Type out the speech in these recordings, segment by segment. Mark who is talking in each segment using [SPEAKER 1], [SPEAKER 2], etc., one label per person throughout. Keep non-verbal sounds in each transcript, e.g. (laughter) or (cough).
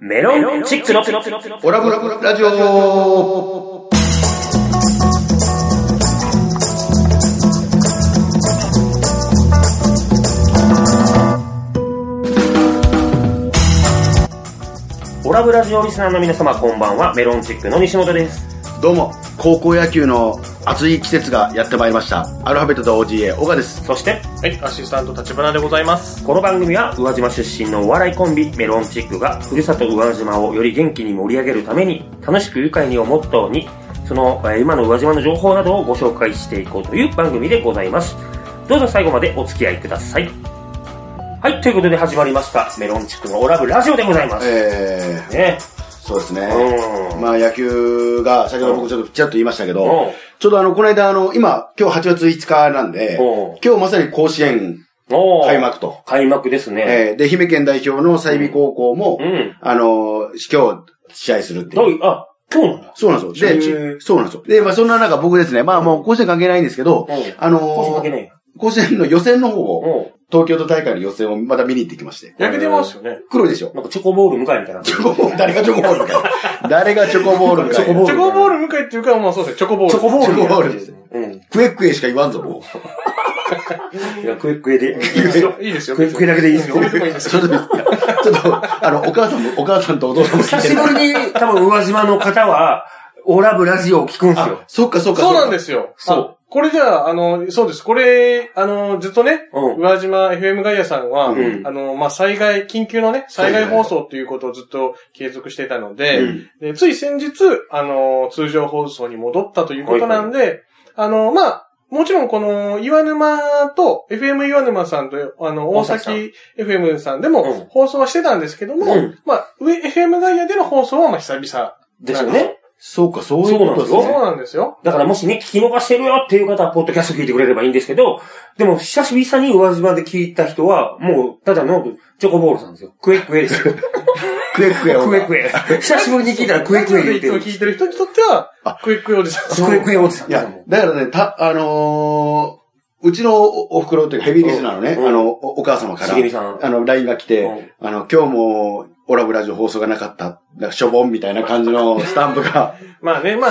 [SPEAKER 1] メロンチックの
[SPEAKER 2] オラブラジオ
[SPEAKER 1] オラブラジオリスナーの皆様こんばんはメロンチックの西本です
[SPEAKER 2] どうも高校野球の熱い季節がやってまいりましたアルファベットと OGA 小川です
[SPEAKER 1] そして
[SPEAKER 3] はい、アシスタント立花でございます。
[SPEAKER 1] この番組は宇和島出身のお笑いコンビメロンチックがふるさと宇和島をより元気に盛り上げるために楽しく愉快にをモットーにそのえー今の宇和島の情報などをご紹介していこうという番組でございますどうぞ最後までお付き合いくださいはいということで始まりましたメロンチックのオラブラジオでございます、
[SPEAKER 2] えー、
[SPEAKER 1] ね
[SPEAKER 2] そうですね
[SPEAKER 1] うん
[SPEAKER 2] まあ野球が先ほど僕ちょっとちらっと言いましたけ
[SPEAKER 1] うん
[SPEAKER 2] どちょっとあのこの間あの今今日8月5日なんで
[SPEAKER 1] うん
[SPEAKER 2] 今日まさに甲子園
[SPEAKER 1] おー
[SPEAKER 2] 開幕と
[SPEAKER 1] 開幕ですね、
[SPEAKER 2] えーで愛媛県代表の済美高校も
[SPEAKER 1] うん
[SPEAKER 2] あの今日試合するっていう
[SPEAKER 1] どういあ今日なんだ
[SPEAKER 2] そうなんですよ。
[SPEAKER 1] へ
[SPEAKER 2] で、そうなんですよ。で、まあそんな中僕ですね、まあもう甲子園関係ないんですけど、
[SPEAKER 1] うん
[SPEAKER 2] あのー
[SPEAKER 1] 腰掛けね
[SPEAKER 2] 甲子園の予選の方
[SPEAKER 1] えよ
[SPEAKER 2] を、
[SPEAKER 1] も
[SPEAKER 2] 東京都大会の予選をまた見に行ってきまして。
[SPEAKER 3] 焼けてますよね。
[SPEAKER 2] 黒いでしょ
[SPEAKER 1] う、なんかチョコボール迎えみたいな。
[SPEAKER 2] チョコボール、誰がチョコボールかよ。誰がチョコボールかよ。
[SPEAKER 1] チョコボー
[SPEAKER 3] チョコボール向かいっていうか、まあそうですね、チョコボール。
[SPEAKER 1] チョコボール。
[SPEAKER 2] チョコボールです
[SPEAKER 1] うん。
[SPEAKER 2] クエクエしか言わんぞ、もう。
[SPEAKER 1] いや、クエクエで。
[SPEAKER 3] いいですよ。いいですよ。
[SPEAKER 1] クエクエだけでいいですよ
[SPEAKER 3] いいですよ。いいです
[SPEAKER 2] ちょ
[SPEAKER 3] よ
[SPEAKER 2] っと、ちょっと、あの、お母さんも、お母さんとお父さんも聞
[SPEAKER 1] 久
[SPEAKER 2] いて
[SPEAKER 1] し
[SPEAKER 2] る。
[SPEAKER 1] ぶりに、多分、宇和島の方は、オラブラジオを聞くんすよ。
[SPEAKER 2] そっかそっか。。
[SPEAKER 3] そうなんですすよ。
[SPEAKER 1] そう
[SPEAKER 3] あ。これじゃあ、あの、そうです。これ、あの、ずっとね、
[SPEAKER 1] うん
[SPEAKER 3] 宇和島 FM ガイアさんは、
[SPEAKER 1] うん
[SPEAKER 3] あの、まあ、災害、緊急のね、災害放送っていうことをずっと継続していたので、
[SPEAKER 2] うん
[SPEAKER 3] でつい先日、あの、通常放送に戻ったということなんで、あの、まあ、もちろんこの、岩沼と、FM 岩沼さんと、あの、
[SPEAKER 1] 大
[SPEAKER 3] 大
[SPEAKER 1] 崎さん
[SPEAKER 3] 崎 FM さんで
[SPEAKER 1] うん
[SPEAKER 3] も放送はしてたんですけども、
[SPEAKER 1] うん
[SPEAKER 3] まあ、上 FM ガイアでの放送はまあ久々。
[SPEAKER 1] ですよね。
[SPEAKER 2] そうか、そういうことです
[SPEAKER 3] そう
[SPEAKER 1] な
[SPEAKER 2] ね。
[SPEAKER 3] なんですよ。
[SPEAKER 1] だから、もしね、聞き逃してるよっていう方は、ポッドキャスト聞いてくれればいいんですけど、でも、久しぶりに宇和島で聞いた人は、もう、ただの、チョコボールさんですよ。クエクエですよ。
[SPEAKER 2] クエクエを。
[SPEAKER 1] クエクエ。久しぶりに聞いたら、クエクエ言
[SPEAKER 3] ラ
[SPEAKER 1] っ
[SPEAKER 3] ジ
[SPEAKER 1] て
[SPEAKER 3] オで
[SPEAKER 1] る
[SPEAKER 3] いつも聞いてる人にとっては
[SPEAKER 2] あ、
[SPEAKER 3] クエクエおじさん。
[SPEAKER 1] クエクエおじさん
[SPEAKER 2] い
[SPEAKER 1] ですよ
[SPEAKER 2] や
[SPEAKER 1] も、
[SPEAKER 2] だからね、た、あのーうちのおお袋というかヘビーリスナーのね、
[SPEAKER 1] うん
[SPEAKER 2] あの、おお母様か
[SPEAKER 1] しげみ
[SPEAKER 2] ら、
[SPEAKER 1] さん
[SPEAKER 2] あの、LINE が来て、
[SPEAKER 1] うん
[SPEAKER 2] あの、今日も、オラブラジオ放送がなかった、なんかしょぼんみたいな感じのスタンプが、
[SPEAKER 3] まあね、まあ、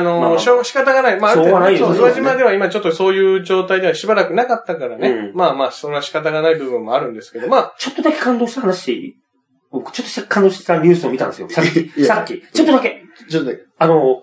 [SPEAKER 1] まあま
[SPEAKER 3] の
[SPEAKER 1] あ
[SPEAKER 3] ー、しょう仕方がない。まあ、あ
[SPEAKER 1] しょ
[SPEAKER 3] る
[SPEAKER 1] うが
[SPEAKER 3] 程
[SPEAKER 1] ない
[SPEAKER 3] 度、
[SPEAKER 1] よ
[SPEAKER 3] そう
[SPEAKER 1] ね
[SPEAKER 3] 宇和島では今ちょっとそういう状態ではしばらくなかったからね
[SPEAKER 1] う。ん
[SPEAKER 3] まあまあ、それは仕方がない部分もあるんですけど、まあ、
[SPEAKER 1] ちょっとだけ感動した話していい僕、ちょっとした感動したニュースを見たんですよ。さっ
[SPEAKER 2] い
[SPEAKER 1] き。
[SPEAKER 2] や
[SPEAKER 1] さっき。ちょっとだけ。
[SPEAKER 2] ちょっとね、
[SPEAKER 1] あの、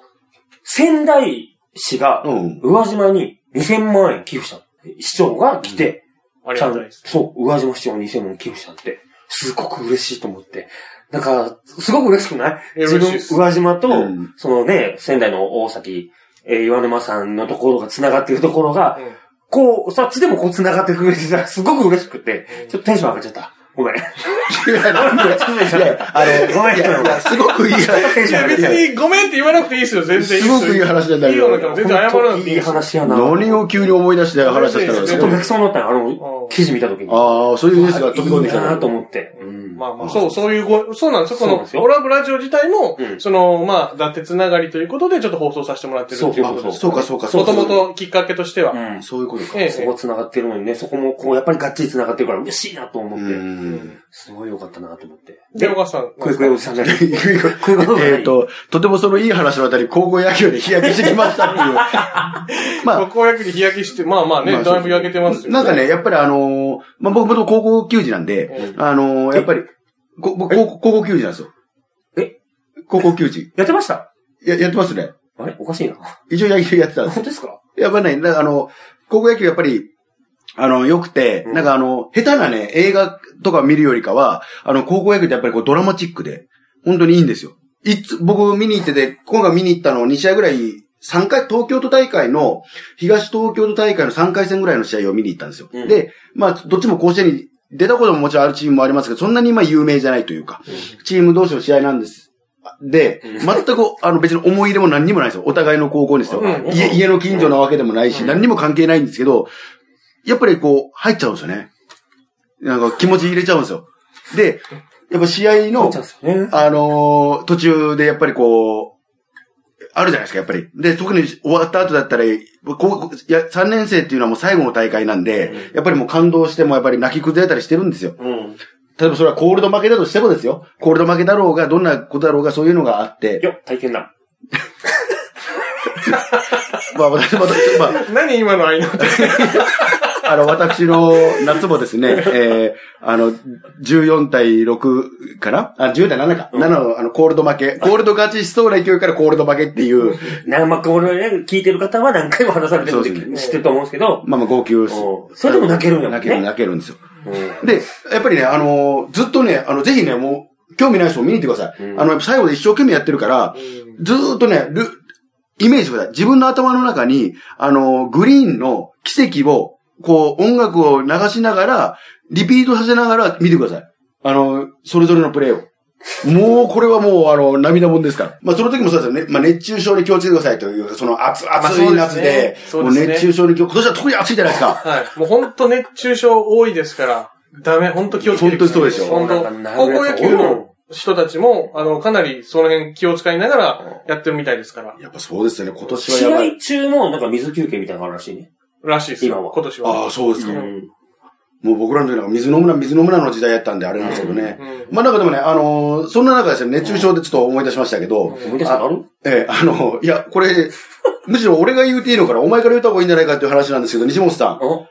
[SPEAKER 1] 仙台市が、
[SPEAKER 2] うん。
[SPEAKER 1] 宇和島に2000万円寄付した。市長が来て、
[SPEAKER 3] あり
[SPEAKER 1] ちゃん
[SPEAKER 3] がたいです。
[SPEAKER 1] そう、宇和島市長に2000万円寄付したって、すごく嬉しいと思って。なんか、すごく嬉しくない
[SPEAKER 3] いや
[SPEAKER 1] 自
[SPEAKER 3] 嬉しい
[SPEAKER 1] 分
[SPEAKER 3] で、す
[SPEAKER 1] 宇和島と、 (laughs)
[SPEAKER 2] うん
[SPEAKER 1] そのね、仙台の大崎、えー岩沼さんのところが繋がってるところが、
[SPEAKER 3] うん
[SPEAKER 1] こう、さっちでもこう繋がってくれてたら、すごく嬉しくて、ちょっとテンション上がっちゃった。ごめん。
[SPEAKER 2] いや、なんで、いや、あの、
[SPEAKER 1] ごめん
[SPEAKER 2] いや、いやすごくいい
[SPEAKER 1] テン
[SPEAKER 3] い
[SPEAKER 1] ション上
[SPEAKER 3] や、
[SPEAKER 1] がっ
[SPEAKER 3] 別
[SPEAKER 1] ちゃっ
[SPEAKER 3] にごめんって言わなくていいですよ、全
[SPEAKER 2] 話、
[SPEAKER 3] 然。
[SPEAKER 2] すごくいい話なんだ
[SPEAKER 3] い
[SPEAKER 2] け
[SPEAKER 3] いよ、なん
[SPEAKER 2] ど、
[SPEAKER 3] か全然謝らなくてい
[SPEAKER 1] た。
[SPEAKER 3] い
[SPEAKER 1] いい
[SPEAKER 3] ですよ。
[SPEAKER 1] 話やな。
[SPEAKER 2] 何を急に思い出して話したから
[SPEAKER 3] 嬉
[SPEAKER 2] で
[SPEAKER 3] し
[SPEAKER 1] ち
[SPEAKER 2] す
[SPEAKER 1] ょっ
[SPEAKER 3] い
[SPEAKER 1] と
[SPEAKER 2] ね
[SPEAKER 1] 泣きそうになったのあの
[SPEAKER 3] う、ん
[SPEAKER 1] 記事見たときに。
[SPEAKER 2] ああ、そういうニュースが飛び込んできた
[SPEAKER 1] いいなと思
[SPEAKER 2] って。
[SPEAKER 1] って。うん
[SPEAKER 3] まあまあ、そう、そういうご、そうなんですよ。
[SPEAKER 1] そ
[SPEAKER 3] こ
[SPEAKER 1] うなんですよ
[SPEAKER 3] の、オラブラジオ自体も
[SPEAKER 1] う、ん
[SPEAKER 3] その、まあ、脱鉄ながりということで、ちょっと放送させてもらってるっていうことです。
[SPEAKER 2] そうか、そうか、そ
[SPEAKER 3] も
[SPEAKER 2] うか。
[SPEAKER 3] ともときっかけとしては。
[SPEAKER 1] うん。
[SPEAKER 2] そういうことか。
[SPEAKER 3] ええ
[SPEAKER 1] そこ繋がってるのにね、そこもこう、やっぱりガッチリ繋がってるから嬉しいなと思
[SPEAKER 2] う
[SPEAKER 1] って、
[SPEAKER 2] ん。
[SPEAKER 1] すごい良かったなと思って。で
[SPEAKER 3] で、お、母さん。
[SPEAKER 1] クイクイおじさんじゃない。クイクイクイおじさんじゃな
[SPEAKER 2] え
[SPEAKER 1] い
[SPEAKER 2] っ、 (laughs) と、とてもそのいい話のあたり、高校野球で日焼けしてきましたっていう。まあ、
[SPEAKER 3] 高校野球で日焼けして、まあまあね、
[SPEAKER 2] まあ
[SPEAKER 3] だいぶ焼けてますよ。
[SPEAKER 2] なんかね、やっぱりあのーまあ、僕も高校球児なんで、あのーやっぱり、こ僕高校高校球児なんですよ。
[SPEAKER 1] え
[SPEAKER 2] 高校球児。
[SPEAKER 1] やってました
[SPEAKER 2] や、やってますね。
[SPEAKER 1] あれおかしいな。
[SPEAKER 2] 一応野球やってたんで
[SPEAKER 1] (laughs)
[SPEAKER 2] す。
[SPEAKER 1] 本当ですか
[SPEAKER 2] やっぱね、なんかあの、高校野球やっぱり、あの、良くて、
[SPEAKER 1] うん
[SPEAKER 2] なんかあの、下手なね、映画とか見るよりかは、あの、高校野球ってやっぱりこうドラマチックで、本当にいいんですよ。いつ、僕見に行ってて、今回見に行ったの2試合ぐらい、3回、東京都大会の、東東京都大会の3回戦ぐらいの試合を見に行ったんですよ。
[SPEAKER 1] うん
[SPEAKER 2] で、まあ、どっちも甲子園に出たことももちろんあるチームもありますけど、そんなにまあ有名じゃないというか、チーム同士の試合なんです。で、
[SPEAKER 1] うん
[SPEAKER 2] 全く、あの別に思い入れも何にもないんですよ。お互いの高校にですよ。
[SPEAKER 3] うん
[SPEAKER 2] 家、家の近所なわけでもないし、
[SPEAKER 3] うん
[SPEAKER 2] 何にも関係ないんですけど、やっぱりこう、入っちゃうんですよね。なんか気持ち入れちゃうんですよ。で、やっぱ試合
[SPEAKER 1] そう
[SPEAKER 2] の
[SPEAKER 1] ちゃ、んですよね。
[SPEAKER 2] あのー途中でやっぱりこう、あるじゃないですか、やっぱり。で、特に終わった後だったり、こういや3年生っていうのはもう最後の大会なんで、やっぱりもう感動してもやっぱり泣き崩れたりしてるんですよ。
[SPEAKER 1] うん。
[SPEAKER 2] 例えばそれはコールド負けだとしてもですよ。コールド負けだろうが、どんなことだろうが、そういうのがあって。
[SPEAKER 1] よっ、体験談。
[SPEAKER 2] まあ、私、私、まあ、
[SPEAKER 3] (laughs) 何今の愛の手。
[SPEAKER 2] あの、私の夏も
[SPEAKER 1] (laughs)
[SPEAKER 2] ですね、えー、あの、14対6かなあ、10対7か。7の、あの、コールド負け。コールド勝ちしそうな勢いからコールド負けっていう、
[SPEAKER 1] なんまあ、これね、聞いてる方は何回も話されてる
[SPEAKER 2] そ
[SPEAKER 1] ん
[SPEAKER 2] う
[SPEAKER 1] で
[SPEAKER 2] です
[SPEAKER 1] 知ってると思うんですけど、
[SPEAKER 2] まあまあ、号泣す
[SPEAKER 1] おうそれでも泣けるんだもんね
[SPEAKER 2] 泣ける、泣けるんですよ。
[SPEAKER 1] うん
[SPEAKER 2] で、やっぱりね、あのーずっとね、あの、ぜひね、もう、興味ない人も見に行ってください。
[SPEAKER 1] うん
[SPEAKER 2] あの、やっぱ最後で一生懸命やってるから、ずーっとね、ル、イメージしてください。自分の頭の中に、あのーグリーンの奇跡を、こう、音楽を流しながら、リピートさせながら見てください。あのーそれぞれのプレイを。もう、これはもう、あの、涙もんですから。まあ、その時もそうですよね。まあ、熱中症に気をつけてくださいという、その暑、
[SPEAKER 3] あ
[SPEAKER 2] 暑い夏で、
[SPEAKER 3] そう
[SPEAKER 2] も
[SPEAKER 3] で
[SPEAKER 2] う
[SPEAKER 3] すねそうですね
[SPEAKER 2] 熱中症に気を、今年は特に暑いじゃないですか。
[SPEAKER 3] はい。もう本当熱中症多いですから、ダメ、本当気をつけてください。
[SPEAKER 2] 本当にそうでしょ
[SPEAKER 3] 本当
[SPEAKER 1] なんか
[SPEAKER 3] 高校
[SPEAKER 1] な
[SPEAKER 3] 野
[SPEAKER 1] るやつ多い
[SPEAKER 3] 球
[SPEAKER 1] もん
[SPEAKER 3] の人たちも、あの、かなりその辺気を使いながらやってるみたいですから。
[SPEAKER 2] やっぱそうですよね。今年は
[SPEAKER 1] 試
[SPEAKER 2] やばい。
[SPEAKER 1] 合中のなんか水休憩みたいなのがあるらしいね。
[SPEAKER 3] らしいです
[SPEAKER 1] 今は
[SPEAKER 3] よ、今年は。
[SPEAKER 2] ああ、そうです
[SPEAKER 1] う
[SPEAKER 2] か。
[SPEAKER 1] ん。
[SPEAKER 2] もう僕らの時なんか水飲むな、水飲むなの時代やったんであれなんですけどね。
[SPEAKER 3] うん
[SPEAKER 2] まあなんかでもね、あのーそんな中ですね、熱中症でちょっと思い出しましたけど、
[SPEAKER 1] 思い出したのある
[SPEAKER 2] ええあの、いや、これ、むしろ俺が言うていいのかな、お前から言った方がいいんじゃないかっていう話なんですけど、西本さ
[SPEAKER 1] お
[SPEAKER 2] ん、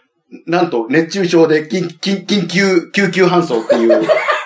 [SPEAKER 2] なんと熱中症で緊緊緊急、救急搬送っていう (laughs)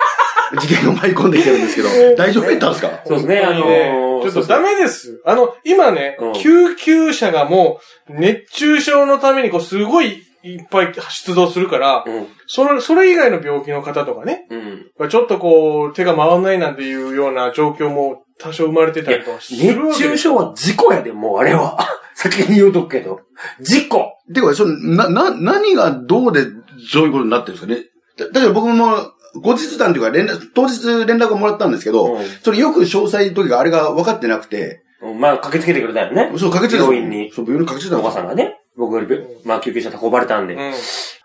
[SPEAKER 2] 事件が舞い込んできてるんですけど、大丈夫やったんですか
[SPEAKER 1] そうですね、あの
[SPEAKER 3] ね
[SPEAKER 1] ー、
[SPEAKER 3] ちょっとダメです。あの、今ね
[SPEAKER 1] うん、
[SPEAKER 3] 救急車がもう、熱中症のために、こう、すごいいっぱい出動するから、
[SPEAKER 1] そうそう
[SPEAKER 3] それ、それ以外の病気の方とかね、
[SPEAKER 1] うん。うん。
[SPEAKER 3] ちょっとこう、手が回らないなんていうような状況も多少生まれてたりとかするわ
[SPEAKER 1] 熱
[SPEAKER 3] け
[SPEAKER 1] 中
[SPEAKER 3] です
[SPEAKER 1] 症は事故やで、もうあれは。先に言うとくけど。事故
[SPEAKER 2] ていうか、その、な、な、何がどうで、そういうことになってるんですかね。だだけど僕も、後日談というか、連絡、当日連絡をもらったんですけど、
[SPEAKER 1] う
[SPEAKER 2] それよく詳細の時があれが分かってなくて、
[SPEAKER 1] ん。まあ、駆けつけてくれたよね。
[SPEAKER 2] そう、かけてたんですよ
[SPEAKER 1] 病院に
[SPEAKER 2] そう、病院にかけてた
[SPEAKER 1] お
[SPEAKER 2] んで
[SPEAKER 1] 母
[SPEAKER 2] す
[SPEAKER 1] さ
[SPEAKER 2] よ
[SPEAKER 1] んがね、僕より、まあ、救急車で運ばれたんで。
[SPEAKER 3] うん。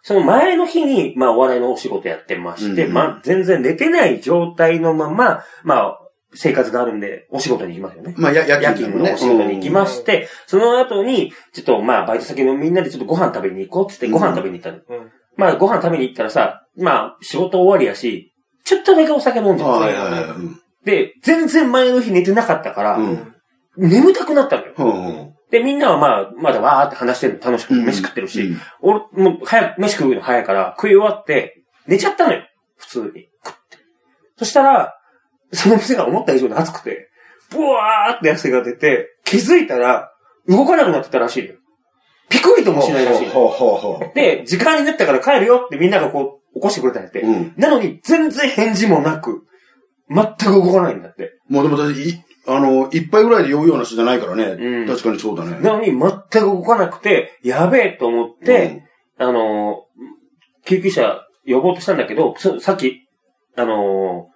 [SPEAKER 1] その前の日に、まあ、お笑いのお仕事やってまして、
[SPEAKER 2] うんうん
[SPEAKER 1] まあ、全然寝てない状態のまま、まあ、生活があるんで、お仕事に行きますよね。
[SPEAKER 2] まあ、や、
[SPEAKER 1] 夜
[SPEAKER 2] 夜
[SPEAKER 1] 勤
[SPEAKER 2] 勤
[SPEAKER 1] のお仕事に行き
[SPEAKER 2] ま
[SPEAKER 1] まして、その後に、ちょっとまあ、バイト先のみんなでちょっとご飯食べに行こうってってご飯食べに行ったの。
[SPEAKER 3] うん
[SPEAKER 1] まあ、ご飯食べに行ったらさ、まあ、仕事終わりやし、ちょっとだけお酒飲んじ
[SPEAKER 2] す。
[SPEAKER 1] ゃっ
[SPEAKER 2] は
[SPEAKER 1] て
[SPEAKER 2] いはいはい。うん
[SPEAKER 1] で、全然前の日寝てなかったから、
[SPEAKER 2] うん
[SPEAKER 1] 眠たくなったのよ。
[SPEAKER 2] うんうん。
[SPEAKER 1] で、みんなはまあ、まだわーって話してるの楽しく、
[SPEAKER 2] うん
[SPEAKER 1] 飯食ってるし、
[SPEAKER 2] うん
[SPEAKER 1] 俺、もう、早く、飯食うの早いから、食い終わって、寝ちゃったのよ。普通に。食って。そしたら、その店が思った以上に暑くて、ブワーって汗が出て、気づいたら、動かなくなってたらしいのよ。ピクリともしないらしいの。
[SPEAKER 2] ほうほうほうほ
[SPEAKER 1] で、時間になったから帰るよってみんながこう、起こしてくれたんやって。
[SPEAKER 2] う。うん。
[SPEAKER 1] なのに、全然返事もなく、全く動かないんだって。
[SPEAKER 2] もうでも私、い、あの、一杯ぐらいで酔うような人じゃないから
[SPEAKER 1] う
[SPEAKER 2] ね
[SPEAKER 1] ん。
[SPEAKER 2] 確かにそうだね。
[SPEAKER 1] なのに、全く動かなくて、やべえと思って、あのー、救急車呼ぼうとしたんだけど、そさっき、あの